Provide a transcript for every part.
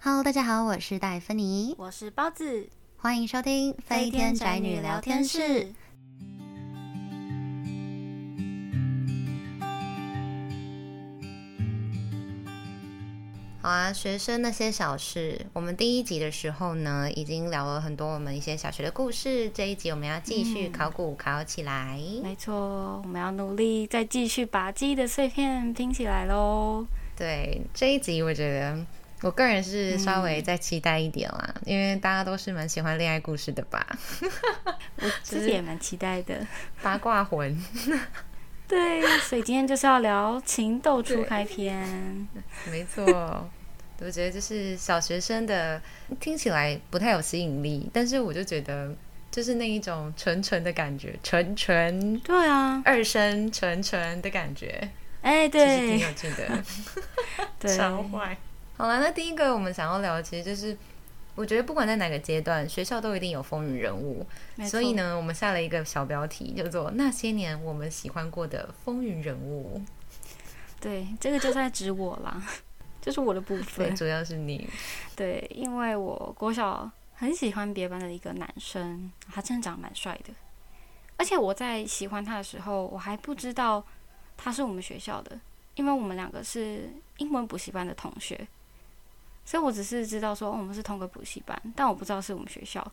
Hello，大家好，我是戴芬妮，我是包子，欢迎收听《飞天宅女聊天室》。好啊，学生那些小事，我们第一集的时候呢，已经聊了很多我们一些小学的故事。这一集我们要继续考古考起来。没错，我们要努力再继续把记忆的碎片拼起来喽。对这一集，我觉得我个人是稍微再期待一点啦，因为大家都是蛮喜欢恋爱故事的吧，我自己也蛮期待的。八卦魂。对，所以今天就是要聊情窦初开篇。 没错，我觉得就是小学生的听起来不太有吸引力，但是我就觉得就是那一种纯纯的感觉，纯纯对啊，二声纯纯的感觉，哎、其实挺对有趣的， 对，坏。好了，那第一个我们想要聊，其实就是我觉得不管在哪个阶段，学校都一定有风云人物，没错所以，呢，我们下了一个小标题，叫做“那些年我们喜欢过的风云人物对，这个就是在指我啦， 就是我的部”。对，分。主要是你，对，因为我国小很喜欢别班的一个男生，他真的长得蛮帅的，而且我在喜欢他的时候，我还不知道他是我们学校的，因为我们两个是英文补习班的同学，所以我只是知道说、哦我们是同个补习班，但我不知道是我们学校。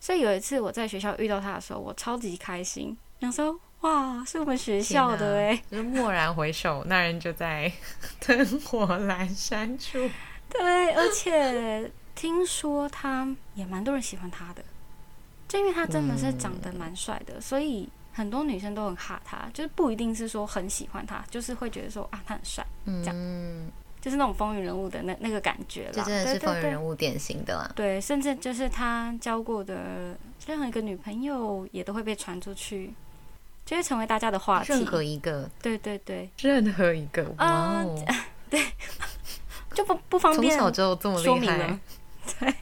所以有一次我在学校遇到他的时候，我超级开心，想说哇，是我们学校的欸天啊诶、就是蓦然回首，那人就在灯火阑珊处。 对，而且听说他也蛮多人喜欢他的，就因为他真的是长得蛮帅的，所以很多女生都很哈他，就是不一定是说很喜欢他，就是会觉得说啊他很帅，嗯，就是那种风云人物的那那个感觉啦。这真的是风云物。人物典型的啦。对，甚至就是他交过的任何一个女朋友也都会被传出去，就会成为大家的话题。任何一个，对对对，任何一个，哇啊哦！就不不方从便小就这么说厉明害了，。 对，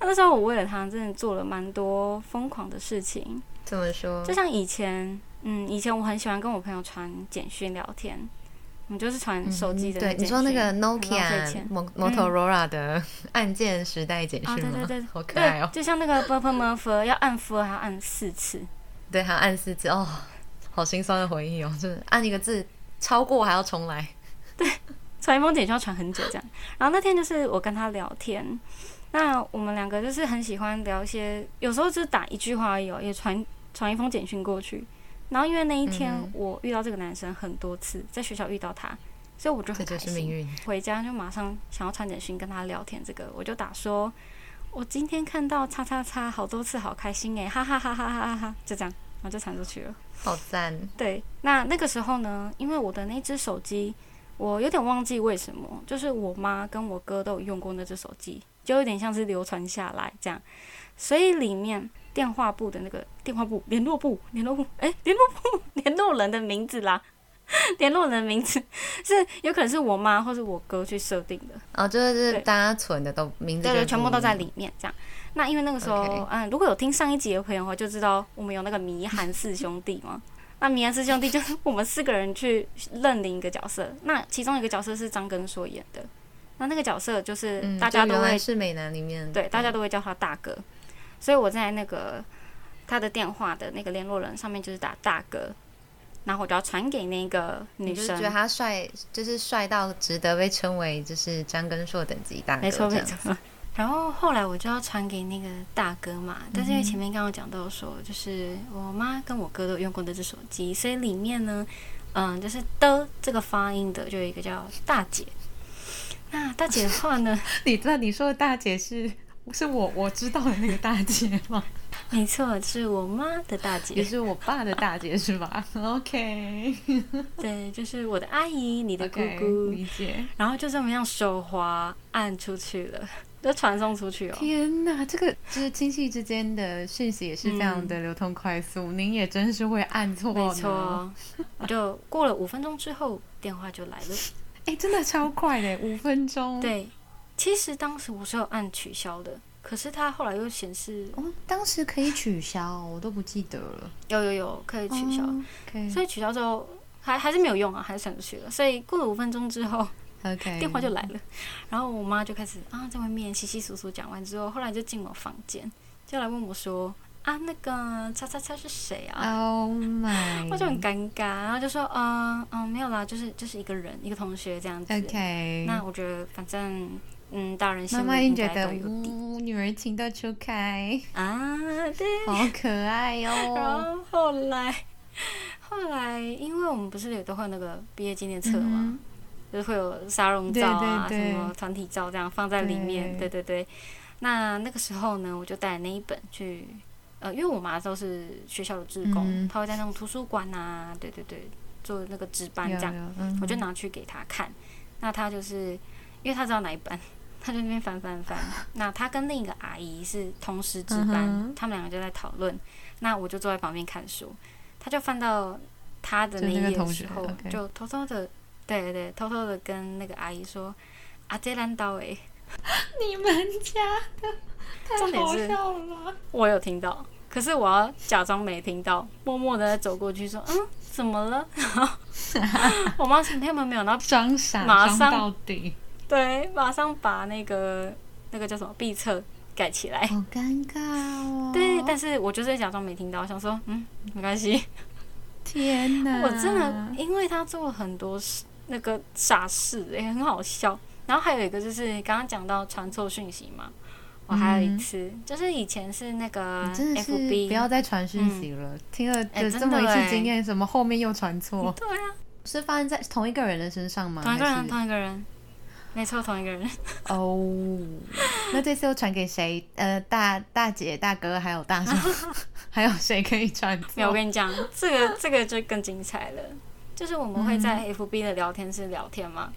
那时候我为了他真的做了蛮多疯狂的事情，这么说就，像以前，嗯，以前我很喜欢跟我朋友传简讯聊天，我们就是传手机的、嗯对你说那个 Nokia 钱 Mo- Motorola 的按键时代简讯哦，对嗯对吗？对。好可爱对哦，！就像那个 b u r p m u r f 要按 f 还要按四次，对，还有按四字哦，好心酸的回忆哦，就是按一个字超过还要重来。传一封简讯要传很久这样。然后那天就是我跟他聊天，那我们两个就是很喜欢聊一些，有时候就是打一句话而已哦，也传传一封简讯过去。然后因为那一天嗯哼我遇到这个男生很多次，在学校遇到他，所以我就这很就开是命心。运。回家就马上想要传简讯跟他聊天，这个我就打说，我今天看到叉叉叉好多次，好开心诶，哈哈哈哈哈哈哈，就这样，然后就传出去了。好赞，对，那那个时候呢，因为我的那只手机，我有点忘记为什么，就是我妈跟我哥都有用过那只手机，就有点像是流传下来这样，所以里面电话簿的那个电话簿联络簿联络簿，哎，联络簿 联络人的名字啦， 联络人的名字 是有可能是我妈或是我哥去设定的，哦，就是对大家存的都名字对就对，是全不部都一在样。里面这样。那因为那个时候嗯 OK 嗯，如果有听上一集的朋友的话，就知道我们有那个迷韩四兄弟嘛。那迷韩四兄弟就是 我们四个人去认领一个角色，那其中一个角色是张根硕演的，那那个角色就是嗯，大家就都原会来是美男里面，对，大家都会叫他大哥。所以我在那个他的电话的那个联络人上面就是打大哥，然后我就要传给那个你女就是生觉。得他帅，就是帅到值得被称为就是张根硕等级大哥没错这没样。错。然后后来我就要传给那个大哥嘛，但是嗯因为前面刚刚讲到说，就是我妈跟我哥都有用过这只手机，所以里面呢，嗯，就是的这个发音的就有一个叫大姐。那大姐的话呢， 你那你说的大姐是是我我知道的那个大姐吗？ 没错，是我妈的大姐，是我爸的大姐是吧 ？OK，对，就是我的阿姨，你的姑 OK，姑解。然后就这么样手滑按出去了，就传送出去哦。天哪，这个就是亲戚之间的讯息也是非常的流通快速，您也真是会按错没呢。错，哦我就过了五分钟之后，电话就来了。哎，真的超快的，五分钟。，对，其实当时我是有按取消的，可是它后来又显示哦，当时可以取消，我都不记得了。有有有可以取消，哦，OK，所以取消之后还还是没有用啊，还是传出去了。所以过了五分钟之后， OK，电话就来了，然后我妈就开始啊在外面稀稀疏疏讲完之后，后来就进我房间，就来问我说啊那个叉叉叉是谁啊？ ，Oh my， 我就很尴尬，然后就说嗯嗯没有啦，就是就是一个人一个同学这样子。 OK，那我觉得反正嗯大人心妈里妈一应定觉该得嗯都有底呜，女儿情窦初 开，啊，对。好可爱哦哟、然后后来 后来，因为我们不是也都会有那个毕业纪念册嘛，嗯就是会有沙龙照啊，对对对什么团体照这样放在里面。对对对对。那那个时候呢，我就带那一本去，呃，因为我妈都是学校的志工，嗯她会在那种图书馆啊，对对对，做那个值班有这样，有嗯我就拿去给她看。那她就是因为她知道哪一班， 她就在那边翻翻翻。那她跟另一个阿姨是同时值嗯班，哼他们两个就在讨论。那我就坐在旁边看书，她就翻到她的就那一那个页的同时学候， ，OK 就偷偷的，对对，偷偷的跟那个阿姨说：“啊，这烂刀诶。你们家的太重点好是笑了吧，”我有听到，可是我要假装没听到，默默的走过去说：“嗯，怎么了？” 然后我妈说：“没有没有没有。”然后装傻马装上到底，对，马上把那个那个叫什么壁册盖起来。好尴尬哦。对，但是我就是假装没听到，我想说，嗯，没关系。天哪，我真的因为他做了很多事那个傻事、也很好笑。然后还有一个就是刚刚讲到传错讯息嘛，我还有一嗯次、就是以前是那个你真的是 FB，不要再传讯息了，听了嗯哎有真这么的一哎次经验，什么后面又传错，对啊，是发生在同一个人的身上吗？同一个哦还人，是同一个人，没错，同一个人。哦，那这次又传给谁？呃，大大姐、大哥，还有大嫂， 还有谁可以传错？没有，我跟你讲，这个这个就更精彩了。就是我们会嗯在 FB 的聊天室聊天嘛。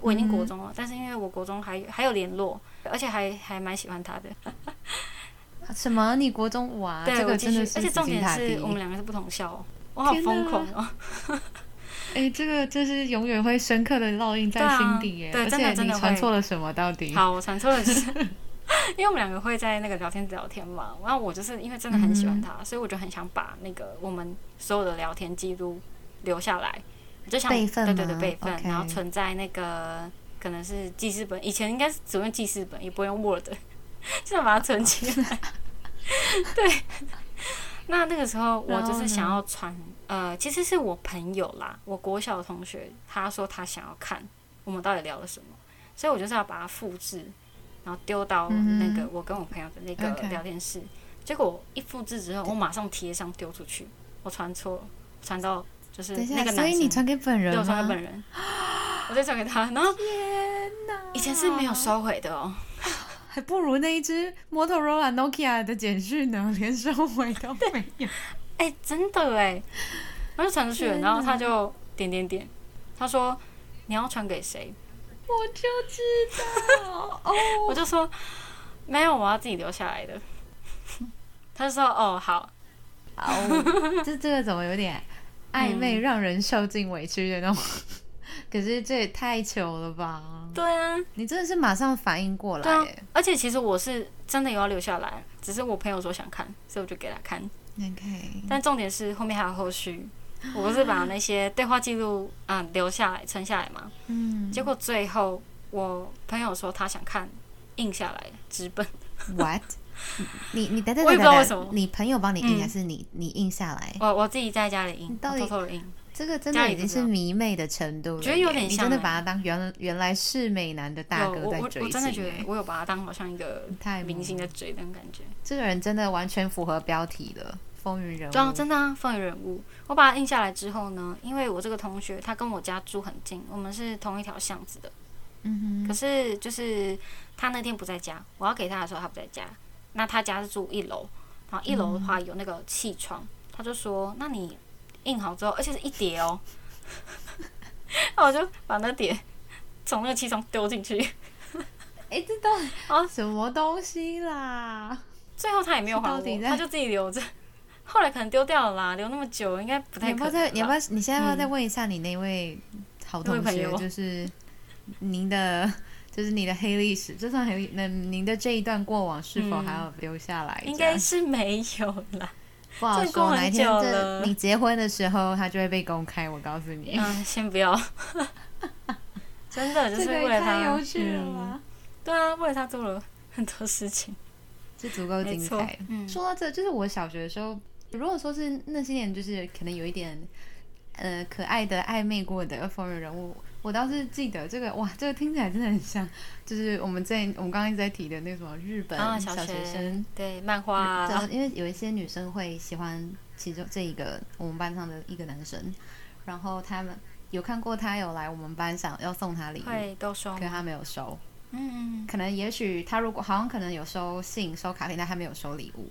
我已经国中了，但是因为我国中还还有联络，而且还还蛮喜欢他的。啊什么？你国中哇，对，啊这我个继真续，的而是且重死心点塌地是我们两个是不同校、哦，我好天疯哪狂哦！哎，这个就是永远会深刻的烙印在对啊心底耶。对而真的且真你的会传错了什么？到底？好，我传错了，就是 因为我们两个会在那个聊天室聊天嘛。然后我就是因为真的很喜欢嗯他，所以我就很想把那个我们所有的聊天记录留下来，我就想备份对对对吗备份 OK 然后存在那个可能是记事本，以前应该是只用记事本，也不会用 Word，就 想把它存起来。 对。那那个时候，我就然后是呢想要传，呃，其实是我朋友啦，我国小的同学，他说他想要看我们到底聊了什么，所以我就是要把它复制，然后丢到嗯那个我跟我朋友的那个 OK 聊天室。结果一复制之后，我马上贴上丢出去，我传错了，传到就是等一那下，个所男以你生，传给本人对，吗？我传给本人，我再传给他，然后天哪！以前是没有收回的哦。还不如那一只 Motorola Nokia 的简讯呢，连收回都没有。哎、真的哎，然后就传出去了，天然后他哪就点点点，他说你要传给谁？我就知道哦，我就说没有，我要自己留下来的。 他就说哦好， 哦，这这个怎么有点暧昧，让人受尽委屈的那种？嗯 可是这也太糗了吧！对啊，你真的是马上反应过对啊来耶，而且其实我是真的有要留下来，只是我朋友说想看，所以我就给他看。嗯，OK，但重点是后面还有后续，我不是把那些对话记录啊、留下来存下来嘛？嗯结果最后我朋友说他想看，印下来纸 本， ，What？你你等等我也等不知道为什等么，你朋友帮你嗯印还是你你印下来？我我自己在家里印你，到我底偷偷的印。这个真家的里已不经知是道迷妹的程度了耶，觉得有点你像真的欸把它当原原来是美男的大有哥我在我追我真的星觉欸嗯得我有把他当好像一个太明星猛在了，追那种感觉。这个人真的完全符合标题了，风云人物。对啊，真的啊，风云人物。我把它印下来之后呢，因为我这个同学他跟我家住很近，我们是同一条巷子的。嗯可哼，是就是他那天不在家，我要给他的时候他不在家。那他家是住一楼，然后一楼的嗯话有那个气窗，他就说：“那你印好之后，而且是一叠哦。” 那我就把那叠从那个气窗丢进去，哎，这到底啊什么东西啦？最后他也没有还到底我，在他就自己留着。后来可能丢掉了啦，留那么久应该不你太要不可要能啦。再？你要不要？你现在要不要嗯再问一下你那位好那位同朋学友，就是您的，就是你的黑历史，这算黑历？那您的这一段过往是否嗯还要留下来？应这样该是没有 啦。不好这过说，哪一天很久这了 你结婚的时候，他就会被公开。我告诉你，嗯，先不要。真的就是为了太他，有趣了嗯吧？对啊，为了他做了很多事情，就足够没精错彩。，嗯，说到这，就是我小学的时候，如果说是那些年，就是可能有一点，呃，可爱的暧昧过的风云人物，我倒是记得这个，哇，这个听起来真的很像，就是我们在我们刚刚一直在提的那个什么日本啊，小学生，嗯对漫画啊，对，因为有一些女生会喜欢其中这一个我们班上的一个男生，然后他们有看过他有来我们班上要送他礼物，会都收可吗，是他没有收，嗯嗯可能也许他如果好像可能有收信、收卡片，但他没有收礼物。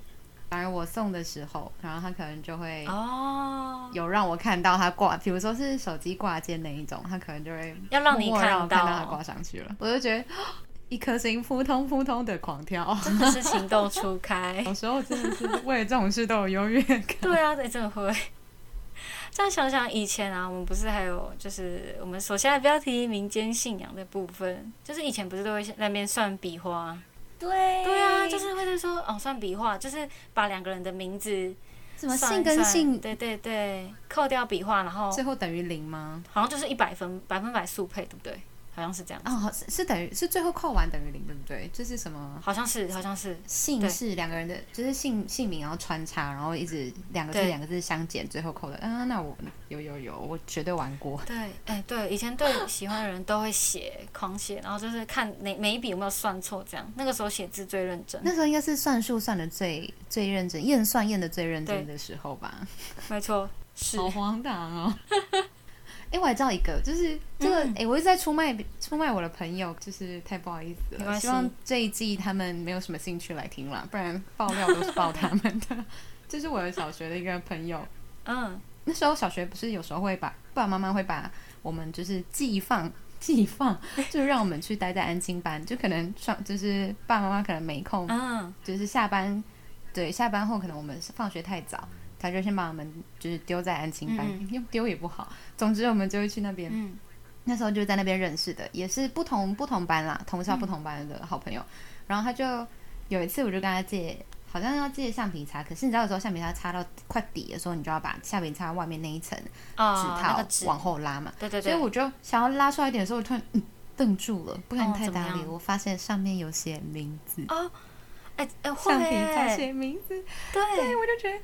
反而我送的时候，然后他可能就会嗯，哦，有让我看到他挂，比如说是手机挂件那一种，他可能就会要让你默默让我看看到，到他挂上去了。我就觉得哦一颗心扑通扑通的狂跳。。真的是情窦初开 有时候真的是为了这种事都有优越 感。对啊，对，真的会。这样想想，以前啊，我们不是还有就是我们首先在不要提民间信仰的部分，就是以前不是都会在那边算笔画？啊对对啊，就是会在说哦，算笔画，就是把两个人的名字什么算性一跟算性对对对，扣掉笔画，然后最后等于零吗？好像就是一百分，百分百速配，对不对？好像是这样，哦，好是是等于是最后扣完等于零，对不对？就是什么好像是，好像是，姓对氏两个人的，就是姓姓名，然后穿插，然后一直两个字对两个字相减，最后扣的。嗯，那我有有有，我绝对玩过。对，哎，对，以前对喜欢的人都会写，狂写，然后就是看哪每一笔有没有算错，这样。那个时候写字最认真，那时候应该是算数算的最最认真，验算验的最认真的时候吧。没错，是好荒唐哦！哎、我还知道一个，就是这个，哎、嗯我一直在出卖出卖我的朋友，就是太不好意思没了。关希系望这一季他们没有什么兴趣来听啦，不然爆料都是爆他们的。 这是我的小学的一个朋友，嗯，那时候小学不是有时候会把爸爸妈妈会把我们就是寄放。 寄放就是让我们去待在安亲班，就可能上就是爸爸妈妈可能没空，嗯，就是下班，对下班后可能我们是放学太早，他就先把我们就是丢在安亲班，嗯又丢也不好。总之我们就会去那边，嗯，那时候就在那边认识的，也是不同不同班啦，同校嗯不同班的好朋友。然后他就有一次我就跟他借，好像要借橡皮擦，可是你知道有时候橡皮擦擦到快底的时候，你就要把橡皮擦外面那一层纸啊，那套个纸，往后拉嘛。对对所以对，我就想要拉出来一点的时候，我突然、嗯、顿住了，不敢哦太怎么大力，样我发现上面有写名字，哎哎会哎橡皮擦耶，写名字。对，我就觉得，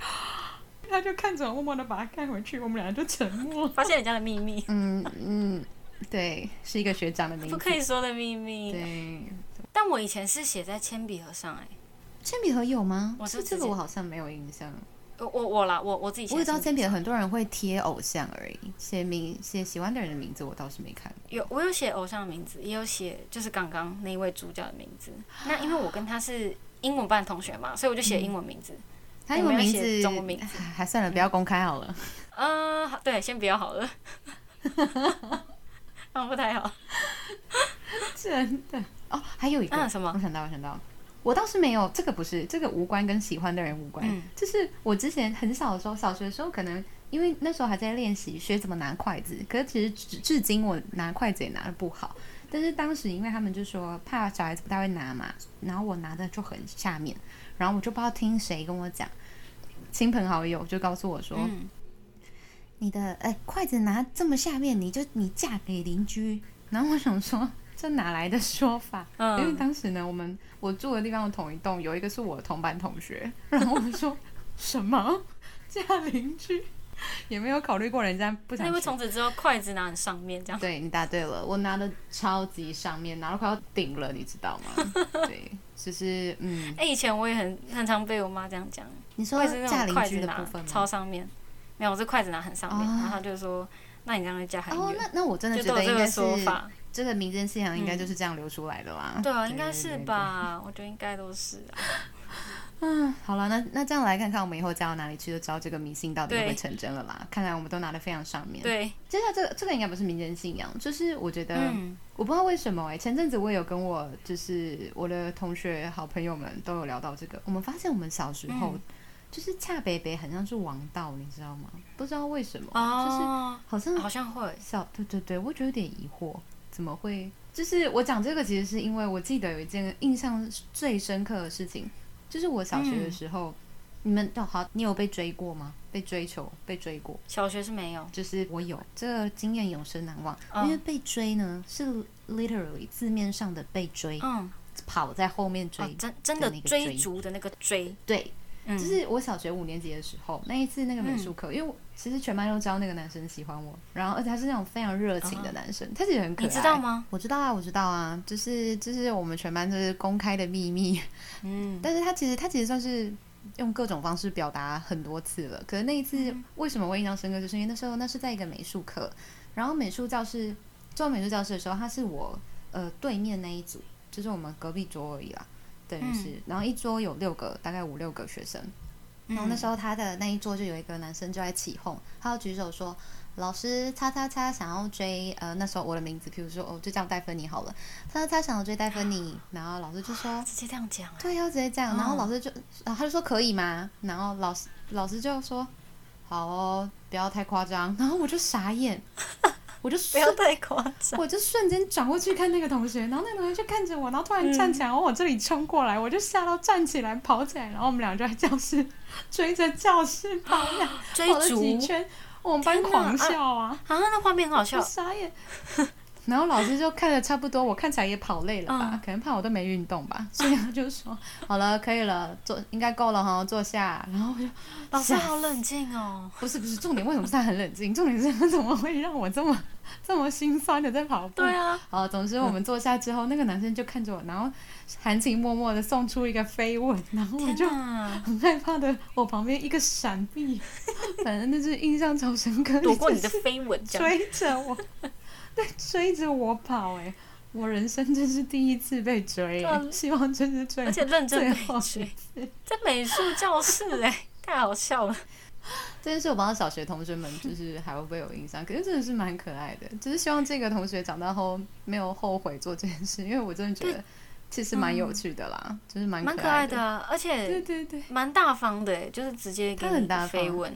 他就看着我，默默的把他看回去，我们俩就沉默。发现人家的秘密，嗯嗯，对，是一个学长的名不字。可以说的秘密。对，但我以前是写在铅笔盒上，哎，铅笔盒有吗？我这是这个直接我好像没有印象。我我我啦，我我自己写我也知道在铅铅笔笔盒盒很多人会贴偶像而已，写名写喜欢的人的名字，我倒是没看过。有，我有写偶像的名字，也有写就是刚刚那一位主角的名字。那因为我跟他是英文班同学嘛，所以我就写英文名字。嗯他我英文没有名写中文名字 字还还算了，不要公开好了。嗯、好对，先不要好了， 那不太好。真的哦，还有一个嗯什么我想到，我想到，我倒是没有，这个不是，这个无关跟喜欢的人无关。嗯就是我之前很小的时候，小学的时候，可能因为那时候还在练习学怎么拿筷子，可是其实至至今我拿筷子也拿的不好。但是当时因为他们就说怕小孩子不太会拿嘛，然后我拿的就很下面，然后我就不知道听谁跟我讲，亲朋好友就告诉我说，嗯，你的呃筷子拿这么下面，你就你嫁给邻居。然后我想说，这哪来的说法？嗯因为当时呢，我们我住的地方有同一栋，有一个是我的同班同学，然后我说什么嫁邻居，也没有考虑过人家不那想会学从此之后筷子拿很上面这样。对你答对了，我拿的超级上面，拿到快要顶了，你知道吗？ 对，就是嗯，哎、以前我也很很常被我妈这样讲，你说筷子嫁那种邻筷居子的拿部分超吗？上面，没有，我是筷子拿很上面，哦然后她就说，那你这样会嫁很哦，远，那那我真的就觉都得有这应该个是说法。这个民间信仰应该嗯就是这样流出来的啦。对啊，应该是对对吧？我觉得应该都是啊。嗯，好了，那那这样来看看我们以后嫁到哪里去，就知道这个迷信到底会不会对成真了啦。看来我们都拿得非常上面。，对，接下来这个这个应该不是民间信仰，就是我觉得、嗯，我不知道为什么哎、前阵子我有跟我就是我的同学好朋友们都有聊到这个，我们发现我们小时候、嗯就是恰北北很像是王道，你知道吗？不知道为什么，哦，就是好像好像会，小对对对，我觉得有点疑惑，怎么会？就是我讲这个，其实是嗯因为我记得有一件印象最深刻的事情，就是我小学的时候，你们哦好，你有被追过吗？被追求、被追过，小学是没有，就是我有这个经验永生难忘。因为嗯被追呢，是 literally 字面上的被追，嗯，跑在后面追。哦、真真的那个追追逐的那个追，对，嗯，就是我小学五年级的时候，那一次那个美术课，因为我其实全班都知道那个男生喜欢我，然后而且他是那种非常热情的男生，他其实很可爱。哦你知道？吗？我知道啊，我知道啊，就是就是我们全班就是公开的秘密，嗯，但是他其实他其实算是用各种方式表达很多次了。可是那一次为什么我印象深刻，就是因为那时候那是在一个美术课，然后美术教室做美术教室的时候，他是我呃对面那一组，就是我们隔壁桌而已啦，等于是，然后一桌有六个，大概五六个学生。然后那时候候他的那一桌就有一个男生就在起哄，他要举手说：“老师，叉叉叉想要追呃，那时候我的名字，比如说哦，就叫戴芬妮好了，叉叉叉想要追戴芬妮。”然后老师就说：“直接这样讲啊，对，要直接这样。然后哦老师就，然后他就说可以吗？然后老师老师就说，好哦，不要太夸张。然后我就傻 眼，我就不瞬要太夸张，我就瞬间转过去看那个同学，然后那个同学就看着我，然后突然站起来往我这里冲过来，我就吓到站起来跑起来，然后我们俩就在教室追着教室跑，我们俩 追跑了几逐圈，我们班天哪狂啊笑啊，啊，那画面很好我笑，傻眼。 然后老师就看的差不多，我看起来也跑累了吧，嗯可能怕我都没运动吧， 所以他就说：“好了，可以了，坐应该够了哈，坐下。”然后我就老师吓好冷静哦，不是不是重点，为什么是他很冷静？重点是他怎么会让我这么 这么心酸的在跑步？对啊，好，总之我们坐下之后，那个男生就看着我，然后含情脉脉的送出一个飞吻，然后我天就哪，很害怕的往旁边一个闪 避，反正那是印象超深刻，躲过你的就是飞吻，这样，追着 我，对，追着我跑、哎，我人生真是第一次被追、哎对啊希望这是最而且认真最被后追一，次。在美术教室哎，太好笑了，这件事我不知道小学同学们就是还会不会有印象，可是真的是蛮可爱的。只是希望这个同学长大后没有后悔做这件事，因为 我真的觉得其实蛮有趣的啦，就是蛮嗯蛮可爱爱的。啊，而对且对对，蛮大方的哎，就是直接给他很你一个大方飞吻，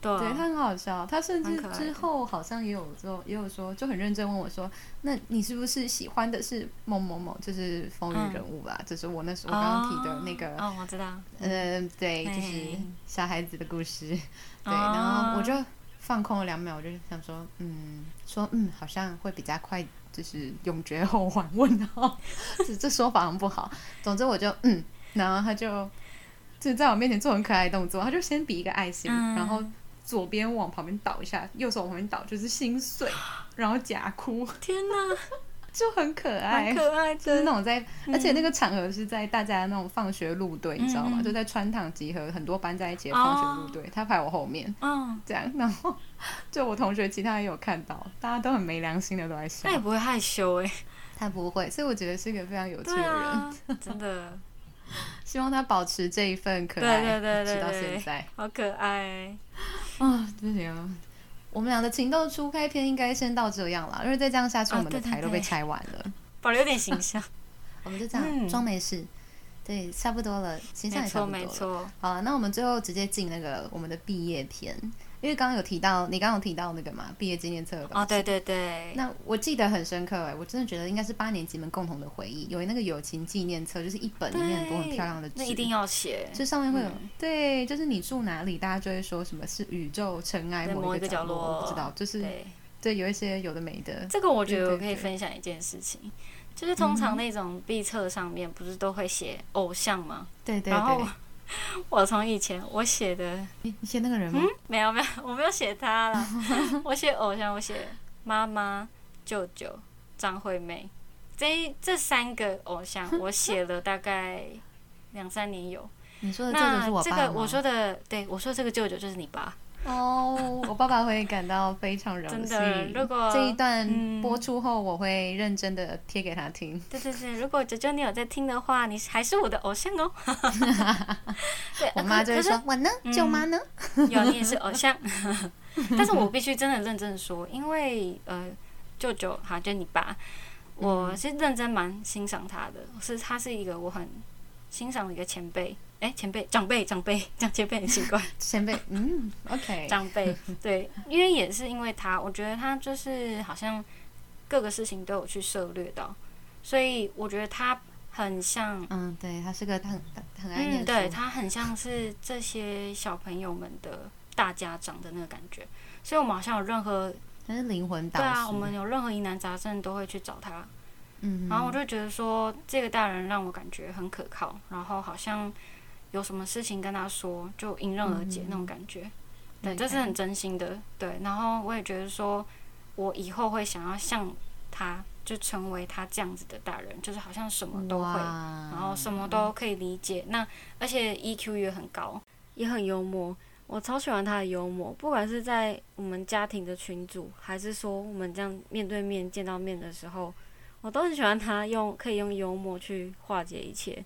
对对他啊，很好笑。他甚至蛮可爱的之后好像也有说，也有说就很认真问我说：“那你是不是喜欢的是某某某，就是风云人物吧？就是我那时候我刚刚提的那个。哦，我知道，嗯，对，嘿就是小孩子的故事， 对，哦然后我就放空了两秒，我就想说，嗯，说嗯，好像会比较快，就是永绝后患问号，这这说法好像不好。总之我就嗯，然后他就就在我面前做很可爱的动作，他就先比一个爱心，嗯然后左边往旁边倒一下，右手往旁边倒，就是心碎，然后假哭， 天哪，就很可爱，蛮可爱的，就是那种在，嗯而且那个场合是在大家那种放学路队，你知道吗？嗯嗯哦就在穿堂集合，很多班在一起的放学路队，他排我后面嗯，这样，然后就我同学其他也有看到，大家都很没良心的都在笑那也。不会害羞哎，他不会，所以我觉得是个非常有趣的对人，啊，真的希望他保持这一份可爱，对对对对直到对现在好可爱，啊，对呀。我们俩的情窦初开篇应该先到这样了，因为再这样下去，啊我们的对对台都被对嗯拆完了。保留点形象，我们就这样嗯装没事，对，差不多了， 形象没也差错不多没了。错，好了，那我们最后直接进那个我们的毕业篇，因为刚刚有提到，你刚刚有提到那个嘛，毕业纪念册的东西哦，对对对，那我记得很深刻哎、我真的觉得应该是八年级们共同的回忆，有那个友情纪念册，就是一本里对，面很多很漂亮的那纸，一定要嗯写，就上面会有、对，就是你住哪里，大家就会说什么是宇宙尘埃在某某一一个角角落我不知道，就是对。对有一些有的没的，这个我觉对得对我可以对分享一件事情，就是通嗯常那种壁册上面不是都会写偶像吗？对对然后对我，我 从以前我写的，你你写那个人吗嗯？，没有没有，我没有写他啦， 我写偶像，我写妈妈、舅舅、张惠妹，这一这三个偶 像我写了大概两三年有。你说的哦这个那是我这爸个吗我说的，对我说这个舅舅就是你爸，哦，我爸爸会感到非常荣幸。真的如果这一段嗯播出后，我会认真的贴给他听。对对对，如果九九你有在听的话，你还是我的偶像哦。 对， 我妈可就会可是说：“我呢，嗯舅妈呢 有，你也是偶像。但是我必须真的认真地说，因为呃，舅舅哈，就你爸，我是认真蛮欣赏他的，是他是一个我很欣赏的一个前辈。哎、前辈，长辈，长辈，讲前辈很奇怪，？”前辈，嗯，OK，长辈，对，因为也是因为他，我觉得他就是好像各个事情都有去涉略到，所以我觉得他很像，嗯，对，他是个很很爱念嗯，书，对，他很像是这些小朋友们的大家长的那个感觉。所以我们好像有任何他是灵魂导对师。啊，我们有任何疑难杂症都会去找他。嗯，然后我就觉得说，这个大人让我感觉很可靠，然后好像有什么事情跟他说，就迎刃而嗯解那种感觉。对，这是很真心的。对，然后我也觉得说，我以后会想要像他，就成为他这样子的大人，就是好像什么都会，哇然后什么都可以理解。那而且 EQ 也很高，也很幽默。我超喜欢他的幽默，不管是在我们家庭的群组，还是说我们这样面对面见到面的时候，我都很喜欢他用可以用幽默去化解一切，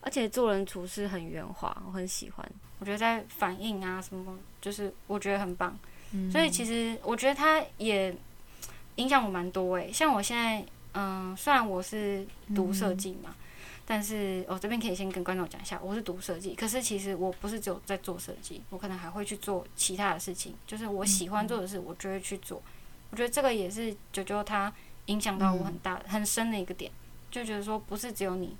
而且做人处事很圆滑，我很喜欢。我觉得在反应啊什么，就是我觉得很棒。嗯所以其实我觉得他也影响我蛮多诶、像我现在，嗯，虽然我是读设计嘛，但是我、哦这边可以先跟观众讲一下，我是读设计，可是其实我不是只有在做设计，我可能还会去做其他的事情，就是我喜欢做的事，我就会去做。我觉得这个也是九九他影响到我很大、很深的一个点，就觉得说不是只有你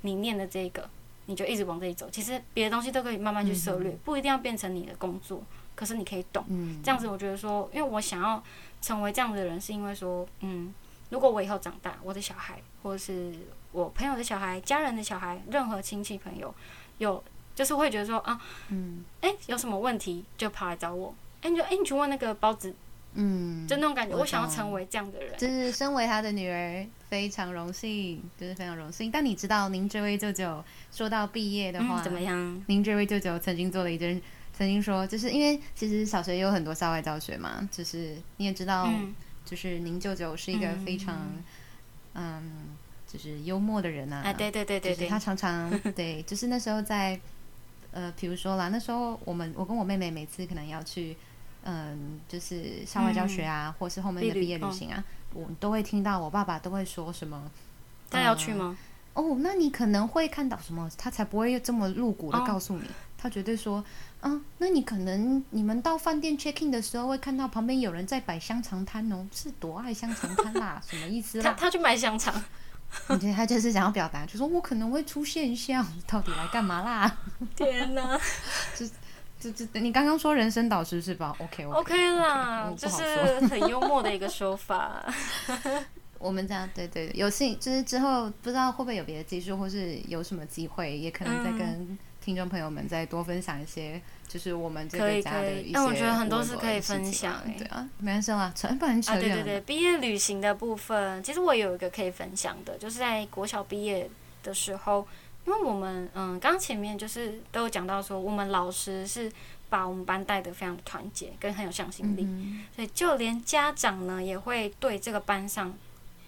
你念的这个，你就一直往这里走，其实别的东西都可以慢慢去涉略，不一定要变成你的工作，可是你可以懂。嗯这样子，我觉得说，因为我想要成为这样的人，是因为说，嗯，如果我以后长大，我的小孩，或者是我朋友的小孩、家人的小孩，任何亲戚朋友，有就是会觉得说，啊，嗯哎、有什么问题就跑来找我，哎、你就哎、诶你去问那个包子，嗯，就那种感觉。我我想要懂成为这样的人，就是身为他的女儿，非常荣幸，就是非常荣幸。但你知道，您这位舅舅说到毕业的话，嗯，怎么样？您这位舅舅曾经做了一件，曾经说，就是因为其实小学也有很多校外教学嘛，就是你也知道，嗯，就是您舅舅是一个非常，嗯就是幽默的人啊，啊，对对对对就对是，他常 常对，就是那时候在，呃，比如说啦，那时候我们我跟我妹妹每次可能要去，嗯，就是校外教学啊，或是后面的嗯毕旅哦毕业旅行啊，我都会听到我爸爸都会说什么。他要去吗？哦，那你可能会看到什么？他才不会这么露骨的哦告诉你，他绝对说，嗯，那你可能你们到饭店 check in 的时候会看到旁边有人在摆香肠摊哦，是多爱香肠摊啦，什么意思他啦？他去买香肠，我觉得他就是想要表达，就说我可能会出现一下，到底来干嘛啦？ 天哪这这，你刚刚说人生导师是吧？OK，我 ，OK 啦 我，不就好是说很幽默的一个说法。我们这样，对对，对有幸就是之后不知道会不会有别的技术，或是有什么机会，也可能再嗯跟听众朋友们再多分享一些，就是我们这可个以家可的以一些。但我觉得很多是可以分享欸对啊，没关系啦，扯不然扯啊，对远对了。对，毕业旅行的部分，其实我有一个可以分享的，就是在国小毕业的时候，因为我们嗯，刚前面就是都有讲到说，我们老师是把我们班带的非常团结，跟很有向心力，嗯所以就连家长呢也会对这个班上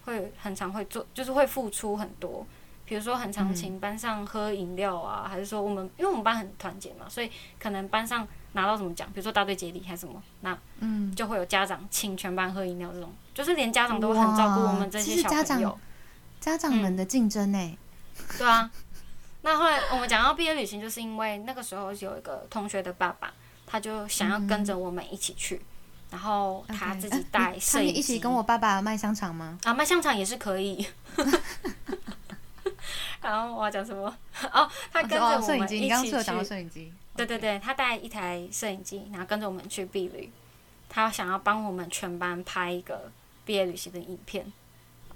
会很常会做，就是会付出很多。比如说，很常嗯请班上喝饮料啊，还是说我们，因为我们班很团结嘛，所以可能班上拿到什么奖，比如说大队接力还是什么，那嗯，就会有家长请全班喝饮料这种，就是连家长都会很照顾我们这些哇小其实家朋友长。嗯家长们的竞争哎呢？对啊，那后来我们讲到毕业旅行，就是因为那个时候有一个同学的爸爸，他就想要跟着我们一起去，然后他 OK，自己啊带你摄他影们机。一起跟我爸爸卖香肠吗？啊，卖香肠也是可以。 然后我要讲什么？哦，他跟着哦我摄影们机，一你刚刚起是有去讲到摄影机。对对对，他带一台摄影机，然后跟着我们去避旅，他想要帮我们全班拍一个毕业旅行的影片。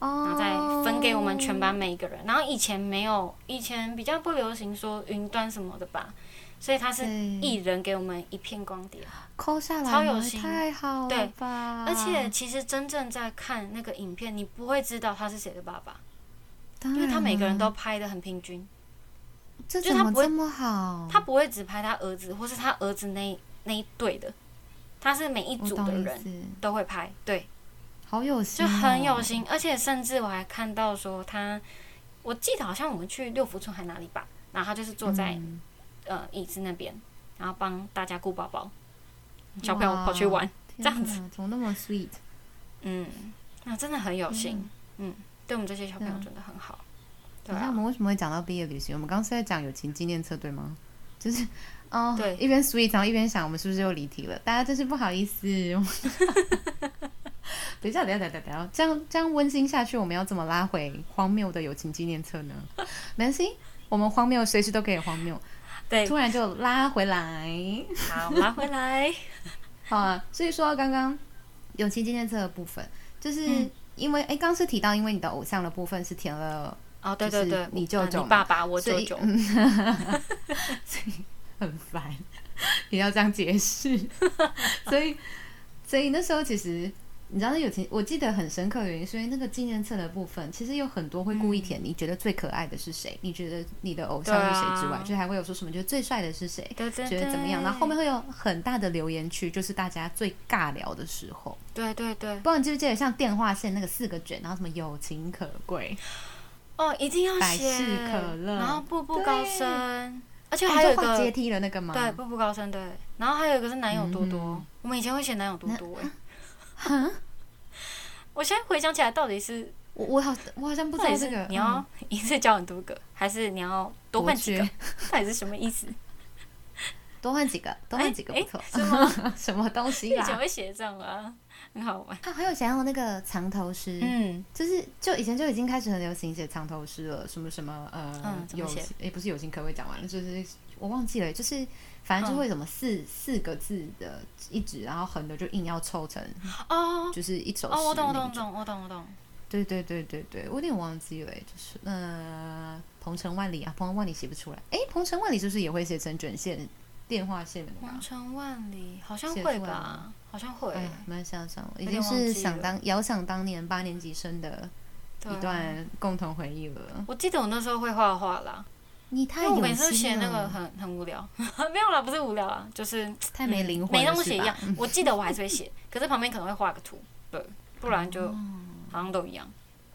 然哦，后再分给我们全班每一个人。然后以前没有，以前比较不流行说云端什么的吧，所以他嗯是一人给我们一片光碟。抠下来，超有心太好了对吧？而且其实真正在看那个影片，你不会知道他是谁的爸爸，当因然啊，为他每个人都拍的很平均，这就是怎他么不会这么好？他不会只拍他儿子或是他儿子那一那一对的，他是每一我组懂的意人思，嗯都会拍，对。好有心、就哦，很有心，而且甚至我还看到说他，我记得好像我们去六福村还哪里吧，然后他就是坐在、嗯呃椅子那边，然后帮大家顾宝宝，小朋友跑去玩，天这样哪子怎么那么 sweet？嗯，那真的很有心，嗯对我们这些小朋友对啊真的很好， 对等一下，我啊，们为什么会讲到毕业旅行？我们刚刚是在讲友情纪念册，对吗？就是哦，对一边 sweet，然后一边想我们是不是又离题了？大家真是不好意思。 等一下，等一下，等一下，等一下，这样这样温馨下去，我们要怎么拉回荒谬的友情纪念册呢？ 南希，我们荒谬随时都可以荒谬，对，突然就拉回来。好，拿 回来。好啊，所以说到刚刚友情纪念册的部分，就是嗯因为哎，刚、是提到因为你的偶像的部分是填了哦，对就对是对，你舅啊舅嘛你爸爸，我所舅以舅， 嗯所以很烦， 也要这样解 释。所以，所以那时候其实你知道那友情，我记得很深刻的原因，是因为那个纪念册的部分，其实有很多会故意填，你觉得最可爱的是谁？你觉得你的偶像是谁之外，嗯对啊就还会有说什么，觉得最帅的是谁？对对觉得怎么样？然后后面会会有很大的留言区，就是大家最尬聊的时候。对对对不，知道你记不记得，像电话线那个四个卷，然后什么友情可贵，哦，一定要百写事可乐然后步步高对哎升，而且就还有一画阶个梯了那个吗？对步步高升，对，然后还有一个是男友多多，嗯我们以前会写男友多那啊多哎、 我现在回想起来，到底是我我好我好像不到知道底这是个，嗯你要 一次交很多个，还是你要多换几个 多？到底是什么意思？嗯多换几个，多换几个哎不错，哎是 吗？什么东以西前啦？会写这样啊，很好玩。啊，还有想要那个藏头诗，嗯，就是就以前就已经开始很流行写藏头诗了，什么什么呃，嗯怎么友写情也不是友情可会讲完了，就是我忘记了，就是反正就会什么四、四个字的一直，然后横的就硬要抽成哦就是一首诗、哦，我懂我懂我，懂我懂我懂，对啊对对对对，我有点忘记了，欸就是呃，鹏程万里啊，鹏程万里写不出来，诶，鹏程万里是不是也会写成卷线电话线的那个啊红？尘万里好像写会出来吧吗，好像会。哎，蛮想想，已有经点忘是记想了当遥想当年八年级生的对啊一段共同回忆了。我记得我那时候会画画啦，你因太为我有每次都写心那个了，很 很无聊，没有啦，不是无聊啊，就是嗯太没灵魂每张了都是写一样吧？。 我记得我还是会写，可是旁边可能会画个图，对，不然就哦好像都一样。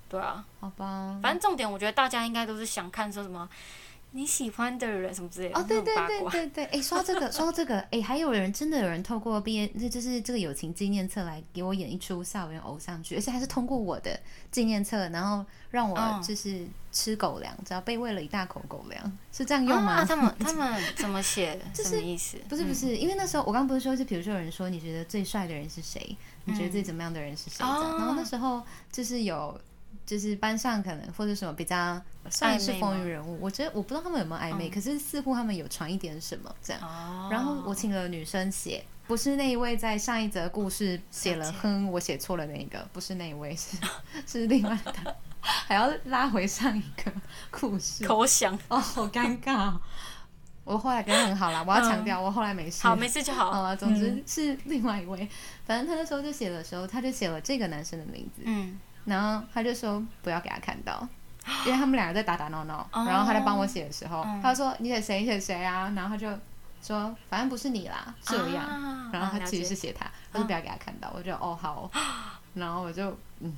对啊，好吧，反正重点我觉得大家应该都是想看说什么你喜欢的人什么之类的哦，对那种对八对卦。对对，哎，说到这个，说到这个，哎，还有人真的有人透过毕业，那就是这个友情纪念册来给我演一出校园偶像剧，而且还是通过我的纪念册，然后让我嗯就是吃狗粮，只要被喂了一大口狗粮，是这样用吗啊？他们他们怎么写？就是什么意思？不是不嗯是，因为那时候我刚不是说，就比如说有人说你觉得最帅的人是谁，你觉得嗯最怎么样的人是谁这哦样，然后那时候就是有。就是班上可能或者什么比较算是暧昧风吗云人物，我觉得我不知道他们有没有暧昧，嗯可是似乎他们有传一点什么这样。哦，然后我请了女生写，不是那一位在上一则故事写了了解哼，我写错了那一个，不是那一位，是是另外的，还要拉回上一个故事。口想，哦，好尴尬哦。我后来跟他很好啦，我要强调，我后来没事。嗯好，没嗯事就好。好啊，总之是另外一位。反正他那时候就写的时候，他就写了这个男生的名字，嗯，然后他就说不要给他看到，因为他们两个在打打闹闹。哦然后他在帮我写的时候，嗯他说你写谁写谁啊，然后他就说反正不是你啦，这样。啊然后啊他了其实解是写他，我就不要给他看到。我就哦 好哦然后我就嗯。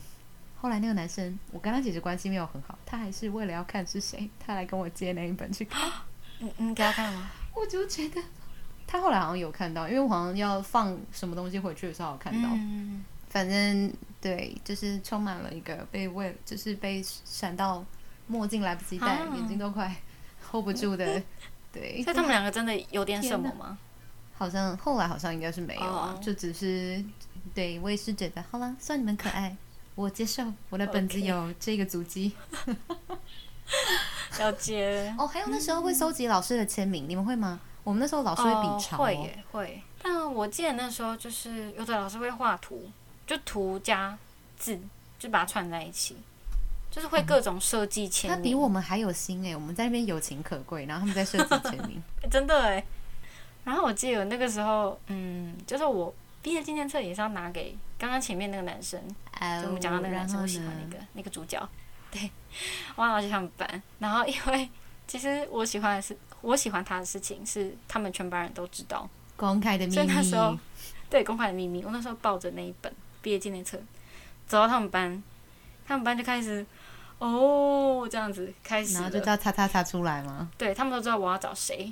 后来那个男生，我跟他其实关系没有很好，他还是为了要看是谁，他来跟我借那一本去 看。嗯嗯，给他看吗？我就觉得他后来好像有看到，因为我好像要放什么东西回去的时候有看到。嗯，反正对，就是充满了一个被为，就是被闪到墨镜来不及戴，啊眼睛都快 hold 不住的。对， 所以他们两个真的有点什么吗？好像后来好像应该是没有啊，哦就只是对我也是觉得，好了，算你们可爱，我接受，我的本子 OK 有这个足迹。了解。 哦，还有那时候会收集老师的签名，你们会吗？我们那时候老师会嗯哦比潮、会耶会。但我记得那时候就是有的老师会画图，就图加字，就把它串在一起，就是会各种设计嗯签他名。比我们还有心哎、我们在那边友情可贵，然后他们在设计签 名。欸真的哎。然后我记得那个时候，嗯，就是我毕业纪念册也是要拿给刚刚前面那个男生，哎就我们讲到那个男生，我喜欢那个那个主角，对，我很好喜欢班。然后因为其实我喜欢的是我喜欢他的事情是他们全班人都知道，公开的秘所以密那时候对公开的秘密，我那时候抱着那一本毕业纪念册走到他们班，他们班就开始哦这样子开始然后了，就叫叉叉叉出来吗？对他们都知道我要找谁，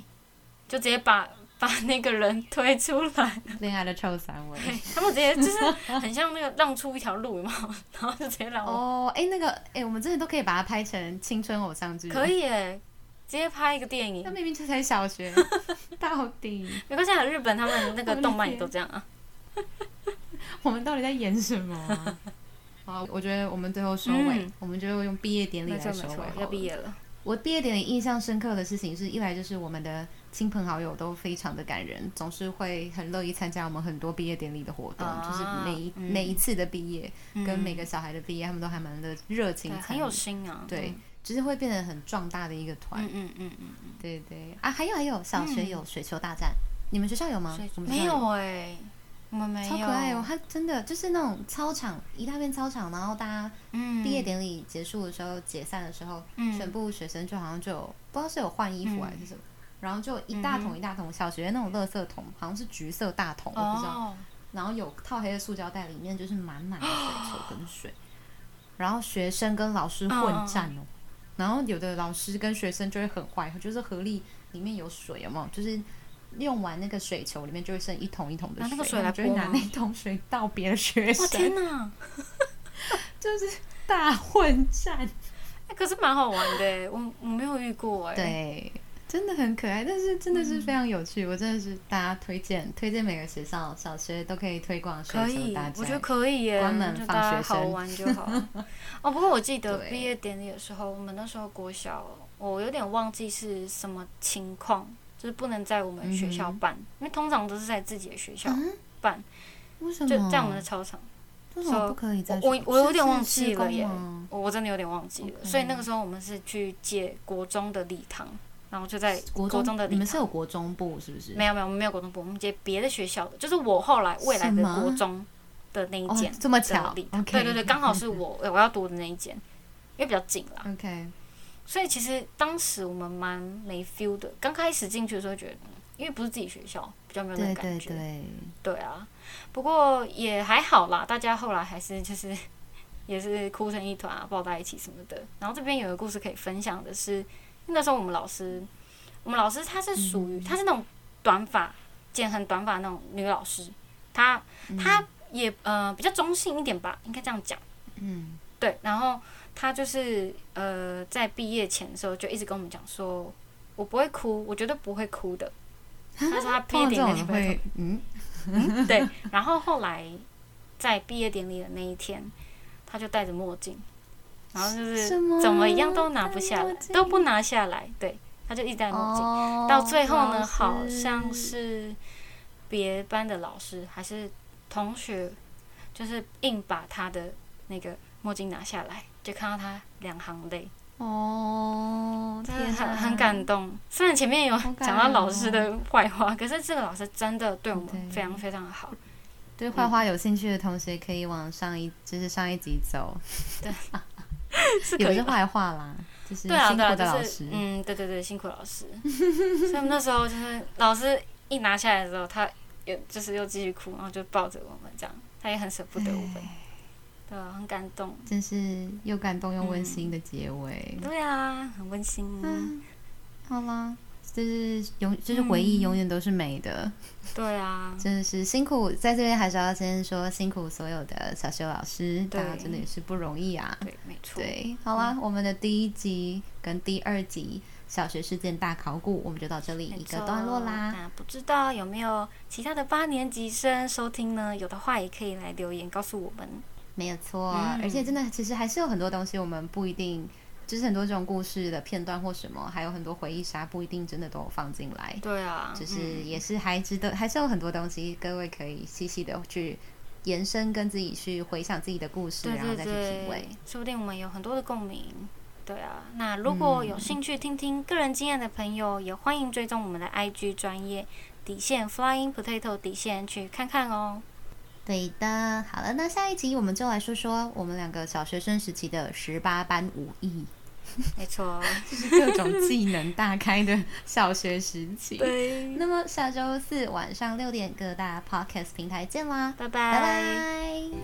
就直接把把那个人推出来，恋爱的臭三味。 他们直接就是很像那个让出一条路嘛， 然后就直接让我哦，哎，那个，哎，我们真的都可以把它拍成青春偶像剧。可。以耶，直接拍一个电那 影。明明就才小学，到底没关系，啊，日本他们那我个的动漫也天都这样啊。我们到底在演什么 啊、好，我觉得我们最后收尾，嗯我们就用毕业典礼 没来错收没尾错好了。，要毕业了，我毕业典礼印象深刻的事情是，一来就是我们的亲朋好友都非常的感人，总是会很乐意参加我们很多毕业典礼的活动，啊就是每一、嗯每一次的毕业跟嗯每个小孩的毕业，他们都还蛮的热情对参与，很有心啊，对，就是会变得很壮大的一个团。嗯，嗯嗯嗯嗯对对啊，还有还有，小学有水球大战，你们学校有吗所以？我们学没校有哎、我们没有，超可爱哦！它真的就是那种操场一大片操场，然后大家嗯，毕业典礼结束的时候、解散的时候，嗯全部学生就好像就有不知道是有换衣服还是什么，然后就一大嗯桶一大桶小学那种垃圾桶，好像是橘色大桶，我不知道，哦，然后有套黑的塑胶袋，里面就是满满的水球跟水，然后学生跟老师混战嗯哦，然后有的老师跟学生就会很坏，就是合力里面有水，有没有？就是用完那个水球，里面就会剩一桶一桶的拿水，那个水来他们就会拿泼吗那桶水倒别的学哇生，天哪，就是大混战。哎可是蛮好玩的欸，我我没有遇过哎，，对，真的很可爱，但是真的是非常有嗯趣，我真的是大家推荐，推荐每个学校小学都可以推广水可球以大，我觉得战。可以耶，关门就放大家学好生玩就好。 哦，不过我记得对毕业典礼的时候，我们那时候国小，我有点忘记是什么情况，就是不能在我们学校嗯哼哦办，因为通常都是在自己的学校办，为什就么？在我们的操场。为什么不可以在学我我有点忘是记施工了耶吗，我我真的有点忘记了 OK 所以那个时候我们是去借国中的礼堂，然后就在国国中的你礼们是堂。有国中部是不是？没有没有，我们没有国中部，我们借别的学校的，就是我后来未来的什么国中的那一哦间。，这么的巧礼堂，OK，嗯对对对，刚好是我呃我要读的那一间，因为比较近啦， ，OK，所以其实当时我们蛮没 feel 的。刚开始进去的时候觉得，嗯因为不是自己学校，比较没有那对个感对觉，对，对啊。不过也还好啦，大家后来还是就是 也是哭成一团啊，抱在一起什么的。然后这边有个故事可以分享的是，那时候我们老师，我们老师她是属于她是嗯那种短发剪很短发那种女老师，她她也呃比较中性一点吧，应该这样讲。嗯，对，然后他就是呃，在毕业前的时候就一直跟我们讲说，我不会哭，我绝对不会哭的。他说他毕业碰到这典礼种人那天不会啊会，嗯， 哭，对。然后后来在毕业典礼的那一天，他就戴着墨镜，然后就是什么怎么样都拿不下戴来墨，镜都不拿下来，对，他就一直戴墨镜。哦到最后呢，老好师像是别班的老师还是同学，就是硬把他的那个墨镜拿下来，就看到他两行泪，哦，真的天很啊很感动。虽然前面有好感讲到老人师哦的坏话，可是这个老师真的对我们对非常非常好。对嗯画画有兴趣的同学可以往上一，就是上一集走，是有可 以是吧？坏画啦，就是对啊，辛苦对啊，的老就是师，嗯，对对对，辛苦老师。所以我们那时候就是老师一拿下来的时候，他又就是又继续哭，然后就抱着我们这样，他也很舍不得我们，对啊，很感动。真是又感动又温馨的结尾。嗯对啊，很温馨。嗯，好啦，就是永，就是回忆嗯永远都是美的。对啊，真的是辛苦，在这边还是要先说辛苦所有的小学老师，对大家真的也是不容易啊。对，没错。嗯对，好啦，我们的第一集跟第二集小学事件大考古，我们就到这里没一错个段落啦。那不知道有没有其他的八年级生收听呢？有的话也可以来留言告诉我们。没有错，嗯而且真的其实还是有很多东西我们不一定，就是很多这种故事的片段或什么，还有很多回忆杀不一定真的都有放进来，对啊，就是也是还值得，还是有很多东西各位可以细细的去延伸，跟自己去回想自己的故事，对然后再对去品味对。，说不定我们有很多的共鸣。对啊，那如嗯果有兴趣听听个人经验的朋友，也欢迎追踪我们的 IG 专业底线 Flying Potato 底线去看看哦。对的，好了，那下一集我们就来说说我们两个小学生时期的十八般武艺，没 错，就是各种技能大开的小学时期。对，那么下周四晚上六点各大 podcast 平台见啦，拜拜拜。拜。